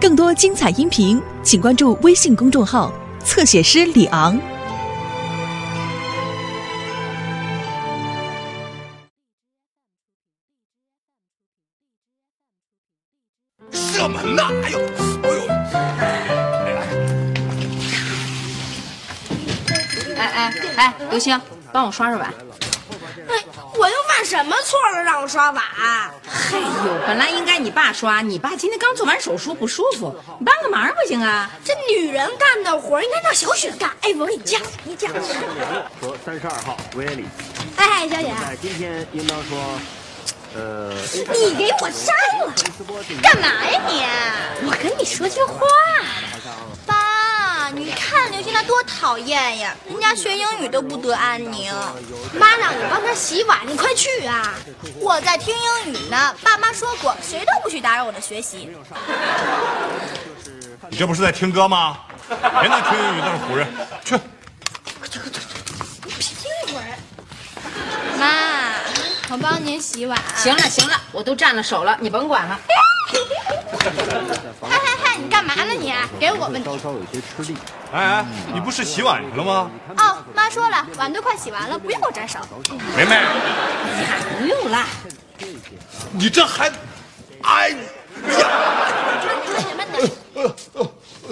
更多精彩音频，请关注微信公众号“侧写师李昂”。射门呐！哎呦，哎呦，哎哎哎，刘星，帮我刷刷碗。哎，我又犯什么错了？让我刷碗？哎呦，本来应该你爸刷，你爸今天刚做完手术，不舒服，你帮个忙不行啊？这女人干的活儿应该让小雪干。哎，我给你加，你加。和三十二号维埃里斯。哎，小姐，在今天应当说，呃，你给我删了，干嘛呀你？我跟你说句话。哎爸，你看刘星他多讨厌呀，人家学英语都不得安宁。妈让你帮她洗碗，你快去啊！我在听英语呢，爸妈说过，谁都不许打扰我的学习。你这不是在听歌吗？别那听英语那是唬人。去，听一会儿。妈，我帮您洗碗。行了行了，我都占了手了，你甭管了。嗨嗨嗨，你干嘛呢你？给我吧你。稍稍有些吃力。哎哎，你不是洗碗去了吗？哦，妈说了，碗都快洗完了，不用我沾手。啊梅梅，不用了，你这还，哎，慢点，慢点。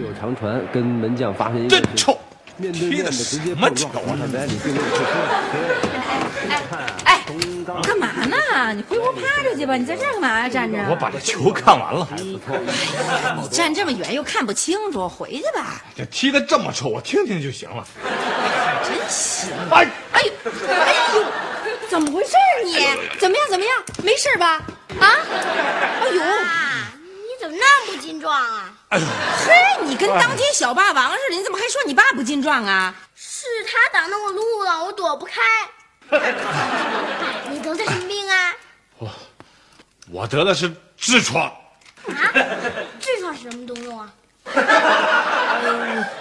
有长传跟门将发生一个真臭！面对面的直接碰撞，看维埃里并没有受伤。哎，干嘛呢？你回屋趴着去吧，你在这儿干嘛呀？站我着？把这球看完了，你站这么远又看不清楚，回去吧。这踢的这么臭，我听听就行了。真行。哎，哎呦，哎呦，怎么回事啊你？哎怎么样怎么样？没事吧？啊？哎呦，爸，啊你怎么那么不精壮啊？嘿，你跟当天小霸王似的，你怎么还说你爸不进状啊？是他挡的我路了，我躲不开。 爸，你得的什么病啊？我得的是痔疮，啊？痔疮是什么东东啊？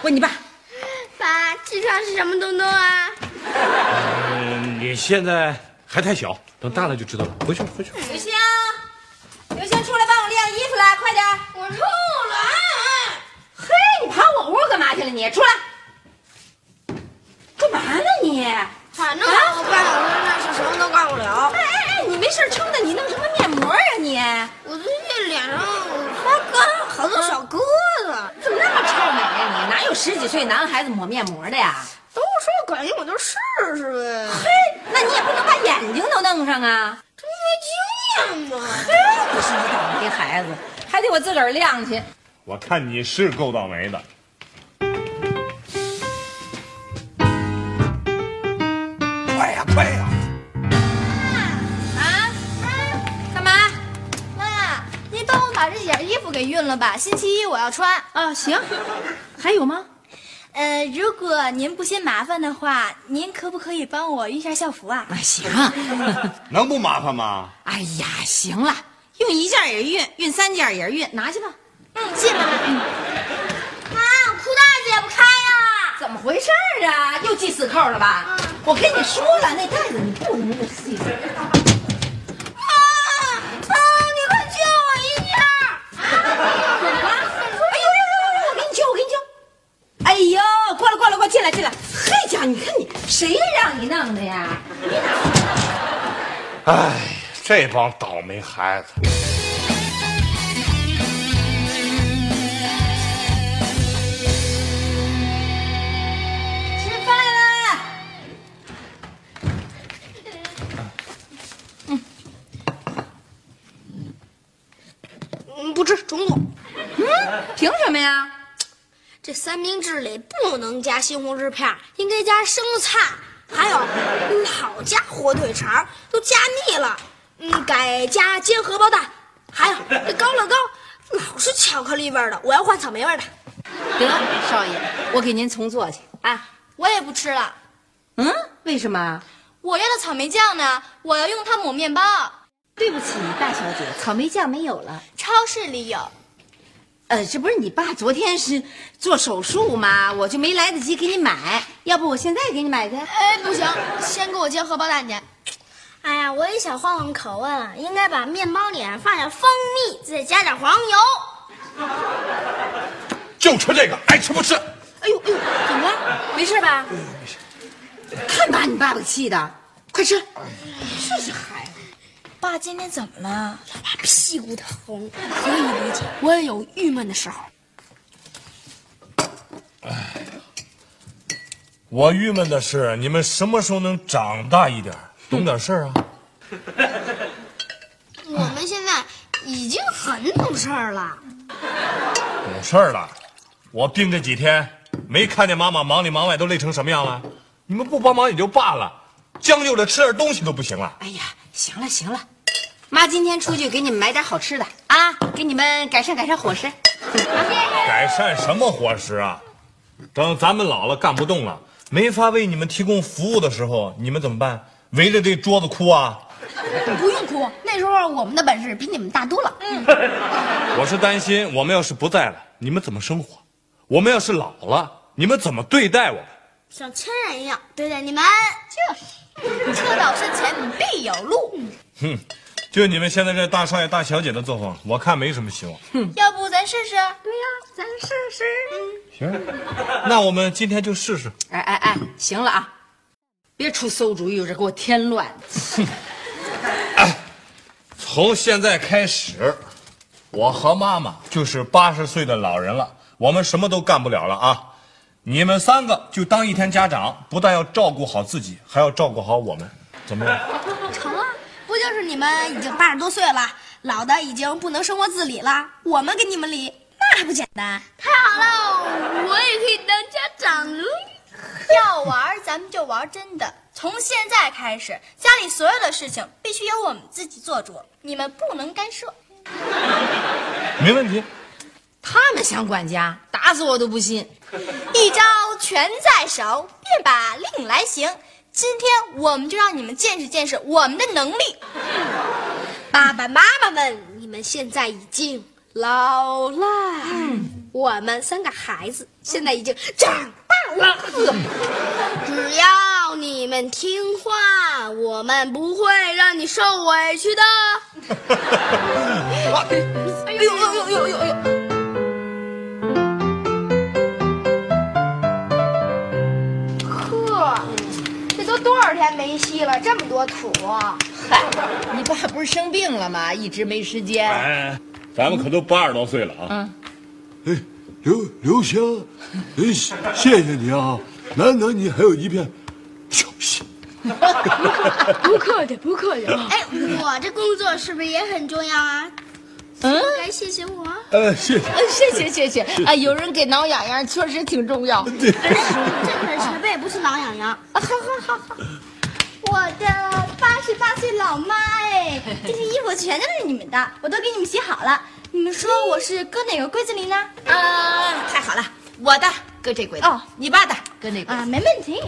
问你爸，哎爸，痔疮是什么东东啊？嗯，你现在还太小，等大了就知道了。回去，回去。刘星，刘星出来帮我晾衣服来，快点！我吐了。啊嘿，你爬我屋干嘛去了你？出来！干嘛呢你？哎反正把我爸老说那是什么都干不了。哎哎，你没事撑的，你弄什么面膜呀、你？我最近脸上发干，好多小疙瘩。怎么那么臭美呀、你？哪有十几岁男孩子抹面膜的呀？等我说我管用，我就试试呗。嘿，那你也不能把眼睛都弄上啊！这没经验嘛。不是你倒霉孩子，还得我自个儿晾去。我看你是够倒霉的。快呀，快呀！啊？干嘛？妈，您帮我把这件衣服给熨了吧，星期一我要穿。哦，行，还有吗？呃，如果您不嫌麻烦的话，您可不可以帮我熨下校服啊？啊，行。能不麻烦吗？哎呀，行了，熨一件也熨，熨三件也熨，拿去吧。嗯，谢妈。妈，我裤带子也不开呀、怎么回事儿啊？又系死扣了吧？我跟你说了，那袋子你不能够系。啊，你快救我一下！啊怎么了？啊哎呦呦呦！我给你揪，我给你揪。哎呦，过来过来，快进来进来。嘿家伙，你看你谁让你弄的呀？哎，这帮倒霉孩子！嗯嗯不知种种。凭什么呀？这三明治里不能加西红柿片儿，应该加生菜，还有老加火腿肠儿，都加腻了。嗯，改加煎荷包蛋，还有这高乐高老是巧克力味儿的，我要换草莓味儿的。得，少爷，我给您重做去啊。我也不吃了，嗯，为什么？我要的草莓酱呢？我要用它抹面包。对不起，大小姐，草莓酱没有了。超市里有，呃，这不是你爸昨天是做手术吗？我就没来得及给你买，要不我现在给你买去。哎，不行，先给我煎荷包蛋去。哎呀，我也想换换口味，应该把面包里放点蜂蜜，再加点黄油。就吃这个，爱吃不吃。哎呦哎呦，怎么了？没事吧？哎看把你爸爸气的，快吃！这是孩子，爸今天怎么了？他爸屁股疼，可以理解，我也有郁闷的时候。我郁闷的是，你们什么时候能长大一点，懂点事儿嗯啊？我们现在已经很懂事儿了。懂事儿了。我病这几天，没看见妈妈忙里忙外都累成什么样了？你们不帮忙也就罢了，将就着吃点东西都不行了。哎呀，行了行了，妈今天出去给你们买点好吃的啊，给你们改善改善伙食。改善什么伙食啊？等咱们老了干不动了，没法为你们提供服务的时候，你们怎么办？围着这桌子哭啊？不用哭，那时候我们的本事比你们大多了。 我是担心我们要是不在了，你们怎么生活？我们要是老了，你们怎么对待我们？像亲人一样对待你们。就是，车到山前必有路，哼，就你们现在这大少爷大小姐的作风，我看没什么希 望。要不咱试试？那我们今天就试试。哎哎哎，行了啊，别出馊主意，这给我添乱。从现在开始，我和妈妈就是八十岁的老人了，我们什么都干不了了啊！你们三个就当一天家长，不但要照顾好自己，还要照顾好我们，怎么样？ 成啊！不就是你们已经八十多岁了，老的已经不能生活自理了，我们给你们理，那还不简单？太好了，我也可以当家长了。要玩咱们就玩真的，从现在开始，家里所有的事情必须由我们自己做主，你们不能干涉。没问题。他们想管家，打死我都不信。一招全在手，便把令来行。今天我们就让你们见识见识我们的能力。爸爸妈妈们，你们现在已经老了，我们三个孩子现在已经长大了。只要你们听话，我们不会让你受委屈的。哎呦呦呦呦呦！呵，这都多少天没吸了，这么多土啊！你爸不是生病了吗？一直没时间。哎，咱们可都八十多岁了啊！嗯哎，刘刘香， 哎，谢谢谢你啊！难得你还有一片小心。哎，我这工作是不是也很重要啊？嗯，来谢谢我。呃哎，谢呃谢。谢谢谢谢哎啊！有人给挠痒痒，确实挺重要。这可是谁也不是挠痒痒。啊我的八十八岁老妈哎，这些衣服全都是你们的，我都给你们洗好了。你们说我是搁哪个柜子里呢？啊，太好了，我的搁这柜子，哦你爸的搁那柜子。啊，没问题。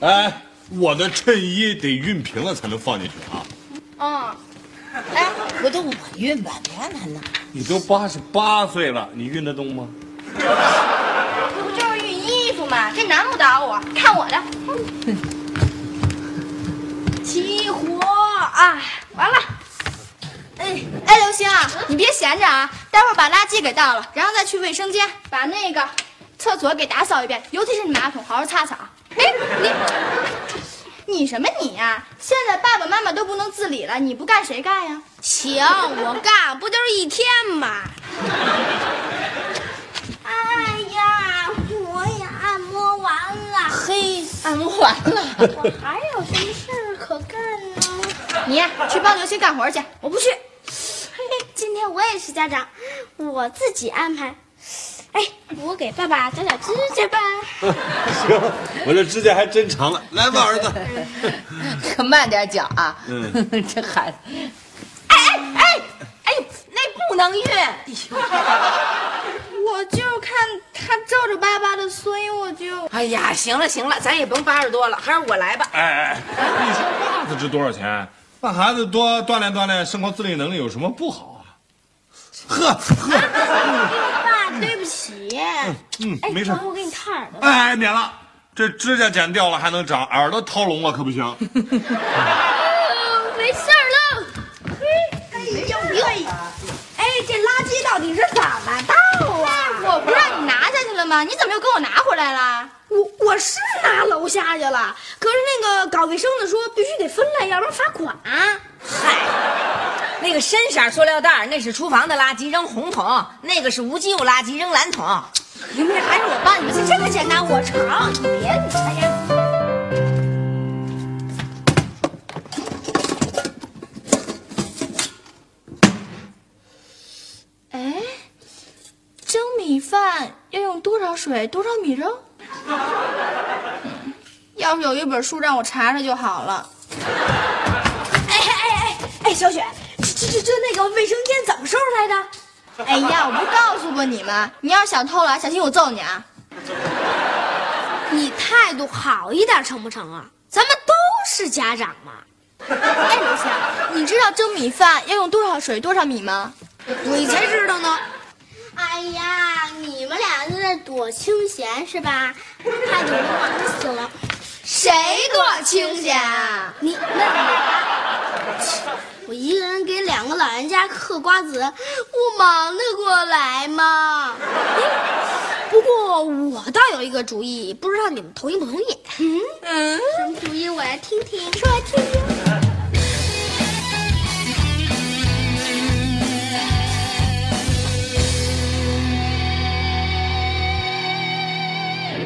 哎，我的衬衣得熨平了才能放进去啊！嗯，回头我熨吧，别让他拿。你都八十八岁了，你熨得动 吗？不就是熨衣服嘛，这难不倒我。看我的，齐活啊！完了。哎哎，刘星啊，你别闲着啊，待会儿把垃圾给倒了，然后再去卫生间把那个厕所给打扫一遍，尤其是你马桶，好好擦擦啊。哎，你你什么你呀、现在爸爸妈妈都不能自理了，你不干谁干呀？行，我干，不就是一天吗？哎呀，我也按摩完了。嘿，按摩完 了，还有什么 事儿可干呢？你呀去帮刘星干活去，我不去。今今天我也是家长，我自己安排。哎，我给爸爸长长指甲吧。行，我这指甲还真长了，来吧，儿子。可慢点讲啊！嗯 这孩子，哎呦，那不能越。我就看他皱皱巴巴的，所以我就哎呀，行了行了，咱也甭八十多了，还是我来吧。哎哎哎，一双袜子值多少钱？让孩子多锻炼锻炼生活自理能力有什么不好啊？呵呵，哎爸，对不起。哎嗯，没事。我给你烫耳朵。哎，哎免了，这指甲剪掉了还能长，耳朵掏聋了可不行。 没事儿了。哎，这垃圾到底是怎么倒啊？我不让你拿下去了吗？你怎么又给我拿回来了？我我是拿楼下去了，可是那个搞卫生的说必须得分类，要不然罚款。啊嗨，那个深色塑料袋儿那是厨房的垃圾，扔红桶；那个是无机物垃圾，扔蓝桶。明明还是我帮你们，这么简单，我尝。你别，哎呀。哎，蒸米饭要用多少水，多少米粥？嗯 要是有一本书让我查查就好了。哎哎哎哎，小雪，这这这这那个卫生间怎么收拾来着？哎呀，我不告诉过你吗？你要是想偷懒，小心我揍你啊！ 你态度好一点成不成啊？咱们都是家长嘛。哎，刘夏，你知道蒸米饭要用多少水、多少米吗？你才知道呢。哎呀，你们俩在这躲清闲是吧？害得我忙死了。谁多清闲啊？你那我一个人给两个老人家嗑瓜子，我忙得过来吗？不过我倒有一个主意，不知道你们同意不同意？什么主意？我来听听，说来听听。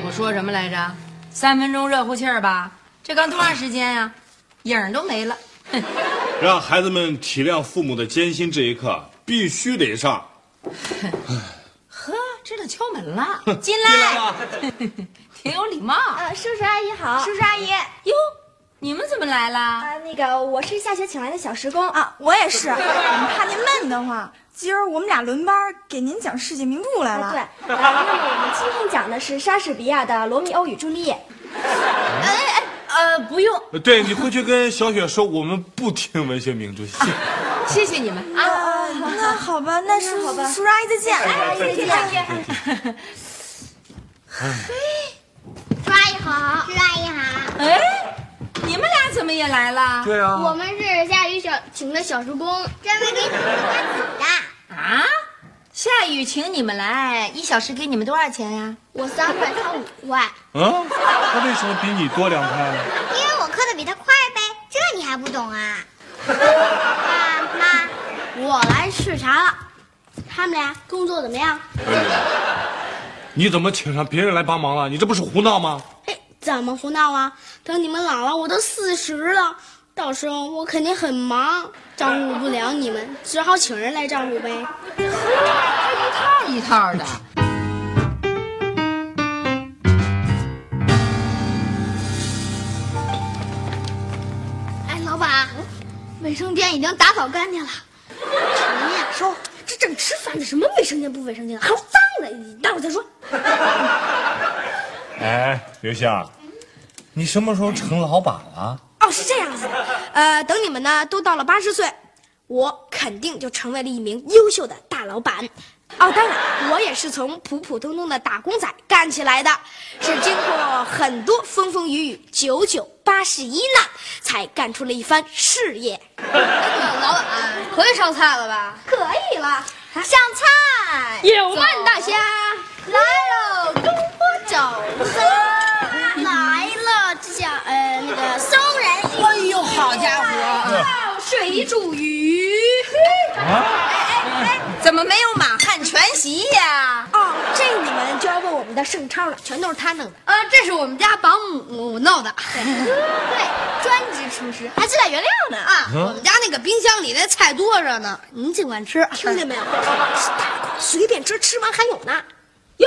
我说什么来着？三分钟热乎气儿吧？这刚多长时间呀、影儿都没了。让孩子们体谅父母的艰辛，这一课必须得 上。呵，知道敲门了，进来，挺有礼貌。呃，叔叔阿姨好。叔叔阿姨，哟，你们怎么来啦？啊，那个我是下学请来的小时工啊，我也 是，我们怕您闷得慌。今儿我们俩轮班给您讲世界名著来了。啊对，呃那么我们今天讲的是莎士比亚的《罗密欧与朱丽叶》。呃，不用，对，你回去跟小雪说，我们不听文学 名著。谢谢谢谢你们啊。啊，那好吧，那叔叔叔阿姨再见。阿哎姨再见。哎叔阿姨好，叔阿姨好，哎，你们俩怎么也来啦？对啊，我们是下雨小请的小时工，专门给你们嗑瓜子的。啊，下雨请你们来，一小时给你们多少钱呀、我三块，他五块，嗯，他为什么比你多两块啊？因为我嗑的比他快呗，这你还不懂啊？ 爸妈，我来视察了，他们俩工作怎么样？你怎么请上别人来帮忙了？你这不是胡闹吗？哎，怎么胡闹啊？等你们老了，我都四十了，到时候我肯定很忙，照顾不了你们，只好请人来照顾呗。一套的。哎，老板，卫生间已经打扫干净了。你呀，说这正吃饭呢，什么卫生间不卫生间，啊还有脏的，你待会儿再说。哎，刘香，你什么时候成老板了？哦，是这样子。呃，等你们呢都到了八十岁，我肯定就成为了一名优秀的大老板。哦，当然，我也是从普普通通的打工仔干起来的，是经过很多风风雨雨、九九八十一难，才干出了一番事业。老板，可以上菜了吧？可以了，上菜，有慢大虾，来喽，东坡肘子。来了，这叫呃那个松仁鱼。哎呦，好家伙！水煮鱼。怎么没有满汉全席呀、哦，这你们就要问我们的的、盛超的，全都是他弄的。呃，这是我们家保姆弄的，对，专职厨师，还自带原料呢。啊，嗯我们家那个冰箱里那菜多着呢，您尽管吃，听见没有？大款随便吃，吃完还有呢。哟，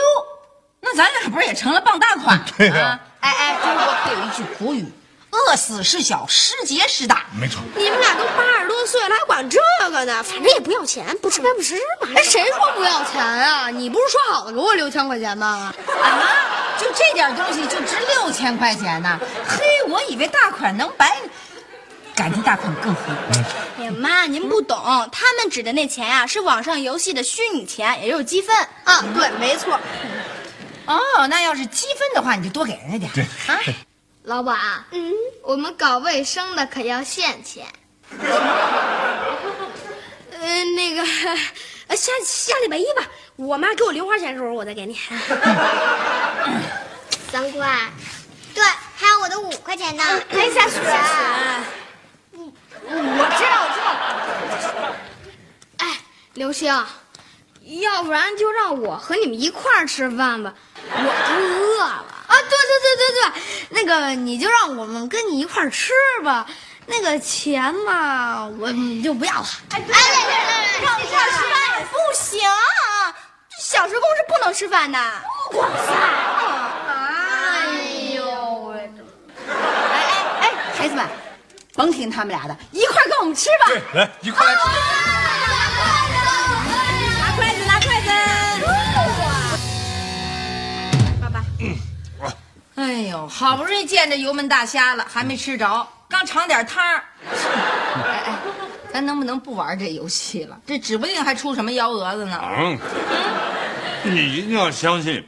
那咱俩不是也成了傍大款了吗？ 对呀哎哎，中国可有一句古语，饿死是小，失节是大。没错。你们俩都八十多岁了，还管这个呢？反正也不要钱，不吃白不吃嘛。哎，谁说不要钱啊？你不是说好了给我六千块钱吗？啊，就这点东西就值六千块钱呢？嘿，我以为大款能白，感觉大款更黑。哎呀妈，您不懂，他们指的那钱呀、是网上游戏的虚拟钱，也就是积分啊。对，没错。哦，那要是积分的话，你就多给人家点。对啊，老板，嗯，我们搞卫生的可要现钱。呃，那个，呃下下礼拜一吧，我妈给我零花钱的时候，我再给你。三块，对，还有我的五块钱呢。哎，下雪，嗯我知道，我知道。哎刘星，要不然就让我和你们一块儿吃饭吧，我都饿了。啊，对对对对对，那个你就让我们跟你一块儿吃吧。那个钱嘛，我们就不要了。哎，对对对对，让我一块儿吃饭也不行啊，小时工是不能吃饭的。不管饭啊！哎呦喂！哎哎哎，孩子们，甭听他们俩的，一块儿跟我们吃吧。对，哎来一块来吃。拿筷子，拿筷子。嗯哎呦，好不容易见着油焖大虾了，还没吃着，刚尝点汤儿。哎哎，咱能不能不玩这游戏了？这指不定还出什么幺蛾子呢。嗯，你一定要相信，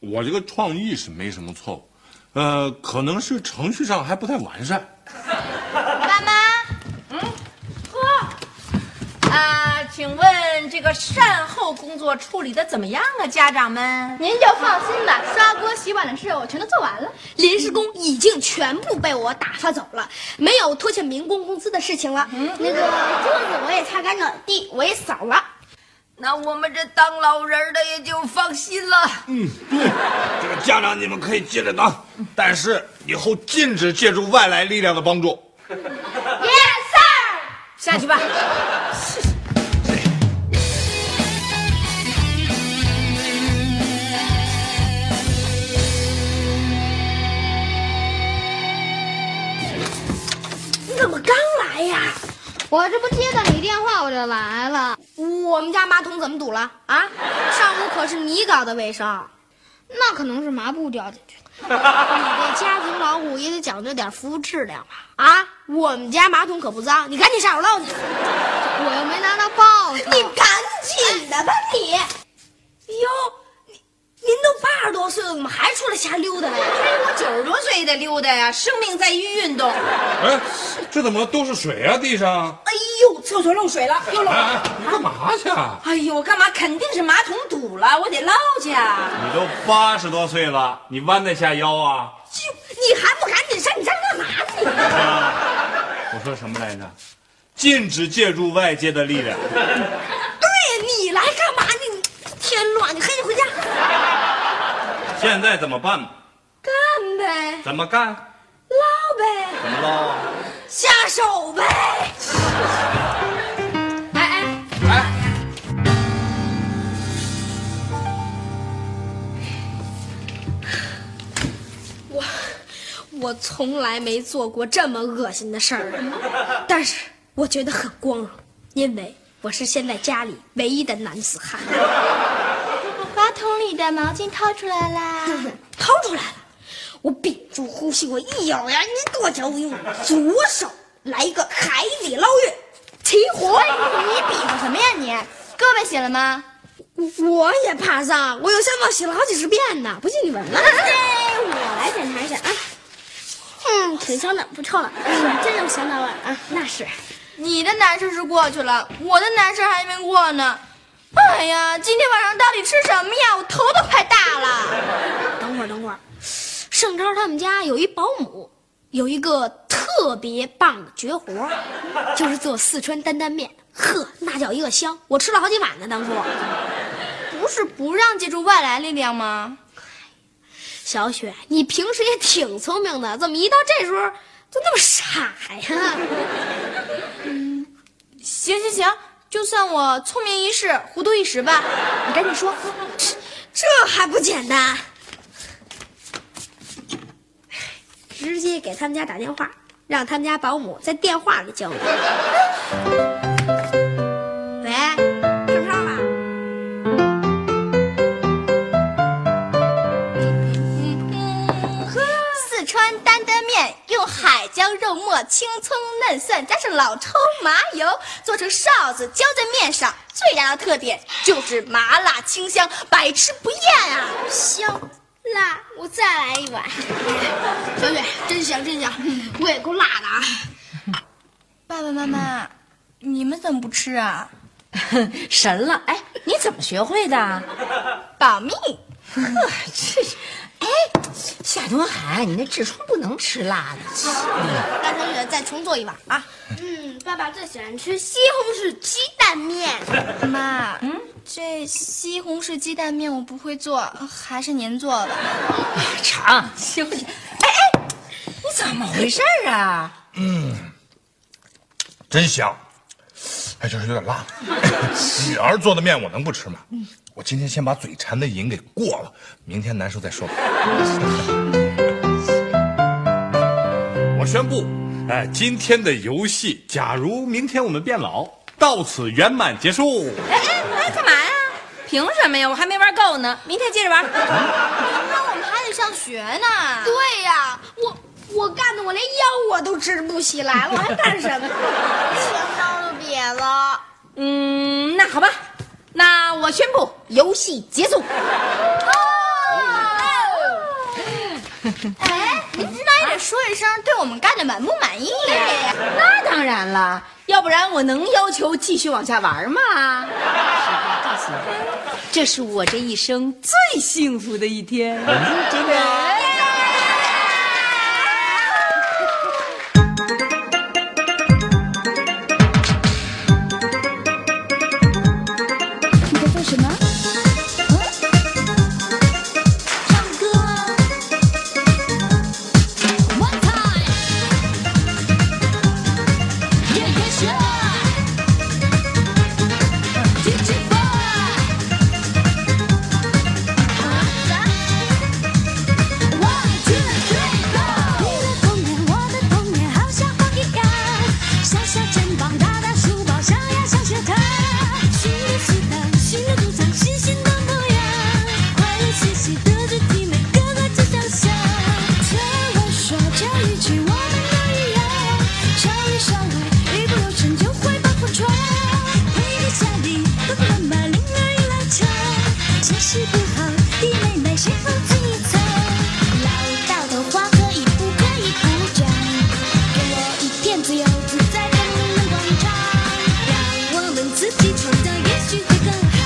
我这个创意是没什么错误，呃，可能是程序上还不太完善。爸妈，嗯啊，请问这个善后工作处理的怎么样啊，家长们？您就放心吧，刷锅洗碗的事我全都做完了。临时工已经全部被我打发走了，没有拖欠民工工资的事情了。嗯那个桌子我也擦干净了，地我也扫了。那我们这当老人儿的也就放心了。嗯，对，这个家长你们可以接着当，但是以后禁止借助外来力量的帮助。 Yes sir，下去吧。你怎么刚来呀？我这不接到你电话我就来了。我们家马桶怎么堵了啊？上午可是你搞的卫生。那可能是抹布掉进去你的。这家庭老虎也得讲究点服务质量吧？啊，我们家马桶可不脏，你赶紧上手捞去。我又没拿到报纸。你赶紧的吧你！哟，您您都八十多岁了，怎么还出来瞎溜达呀？哎，我九十多岁也得溜达呀，生命在于运动。哎，这怎么都是水啊？地上？哎呦，厕所漏水了，又漏哎哎水了。，你干嘛去啊？ 哎呦，我干嘛？肯定是马桶堵了，我得捞去啊。你都八十多岁了，你弯得下腰啊？就你还不赶紧上？你这干嘛呢？我说什么来着？禁止借助外界的力量。对你来干嘛呢？你添乱，你赶紧回家现在怎么办嘛？干呗，怎么干？捞呗。怎么捞啊？下手呗！哎哎，我我从来没做过这么恶心的事儿，但是我觉得很光荣，因为我是现在家里唯一的男子汉。把桶里的毛巾掏出来啦。掏出来了，我屏住呼吸，我一咬牙，一跺脚，我用左手来一个海底捞月，齐活！你比划什么呀你？胳膊洗了吗？我也怕脏，我有相貌洗了好几十遍呢，不信你闻啊闻。哎我来检查一下啊，嗯，挺香的，不臭了，嗯，真有香料味儿啊，那是。你的难事是过去了，我的难事还没过呢。哎呀，今天晚上到底吃什么呀？我头都快大了。等会儿，等会儿，盛超他们家有一保姆，有一个特别棒的绝活儿，就是做四川担担面，呵，那叫一个香，我吃了好几碗呢。当初不是不让借助外来力量吗？小雪，你平时也挺聪明的，怎么一到这时候就那么傻呀？行行行，就算我聪明一世，糊涂一时吧。你赶 紧说，这这还不简单？直接给他们家打电话，让他们家保姆在电话里教我。喂，上上啊！四川担担面用海椒、肉末、青葱、嫩蒜，加上老抽、麻油，做成哨子浇在面上。最大的特点就是麻辣清香，百吃不厌啊！香辣，我再来一碗。小雪，真香真香，我也够辣的啊！爸爸妈妈，你们怎么不吃啊？ 神了！哎，你怎么学会的？保密。呵，这是哎，夏东海，你那痔疮不能吃辣的。大小雪再重做一碗啊！嗯，爸爸最喜欢吃西红柿鸡蛋面。妈，嗯，这西红柿鸡蛋面我不会做，还是您做吧。尝西红柿，哎哎，你怎么回事啊？嗯，真香。哎，这是有点辣。女儿做的面我能不吃吗？我今天先把嘴馋的瘾给过了，明天难受再说吧。 我宣布，哎，今天的游戏，假如明天我们变老，到此圆满结束。哎哎哎，干嘛呀？凭什么呀？我还没玩够呢，明天接着玩。明天我们还得上学呢。对呀、我我干的我连腰我都直不起来了，我还干什 么？天哪，都别了。嗯，那好吧，那我宣布游戏结束。哎，你知道也得说一声，对我们干的满不满意呀？那当然啊了，要不然我能要求继续往下玩吗？告诉你，这是我这一生最幸福的一天。真的。你在做什么？唱歌，One time，Yeah yeah sure，DJ boy，One two three go。你的童年，我的童年，好像黄一样，小小肩膀，大大书包，上呀上学堂，新的食堂，新的主场，新鲜的模样，快乐学习，德智体美，个个都想象。对我说这一句，我们都一样，少里少外，一不留神就会把风闯。回到家里，爸爸妈妈铃儿一拉长，解释不好，弟妹妹谁好自己猜。老道的话可以不可以不讲？给我一片自由自在的人们广场，让我们自己创造，也许会更好。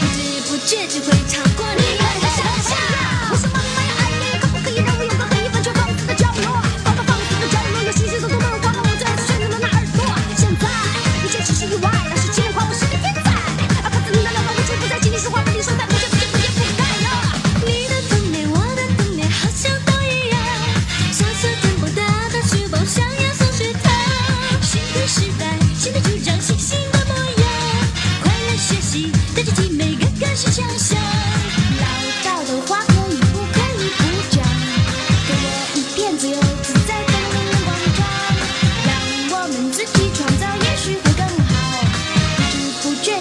不知不觉就会超过你们的想象。我想妈妈呀，阿姨，可不可以让我有个可以完全放肆的角落？放到放肆的角落，有新鲜的动漫，花瓣我最爱炫你们的耳朵。现在一切只是意外，那是机会，我是个天才。啊，把自己的浪漫完全不在心里说话，跟你说再不见不见不见不该哟。你的童年，我的童年，好像都一样。小小肩膀，大大书包，上呀上学堂。新的时代，新的主张，新新的模样。快乐学习，带着体美，个个是强项。老道的话可以不可以不讲？给我一片自由自在的人广场，让我们自己创造，也许会更好。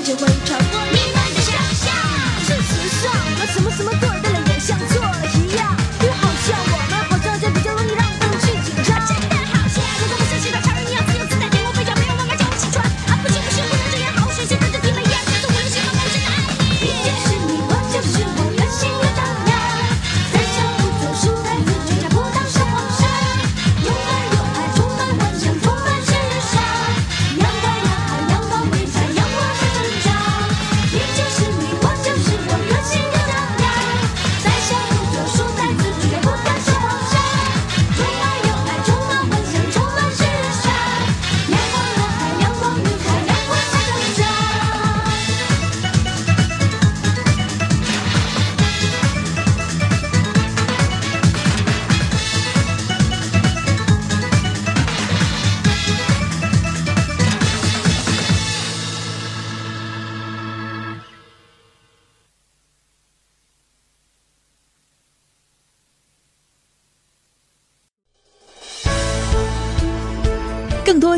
更多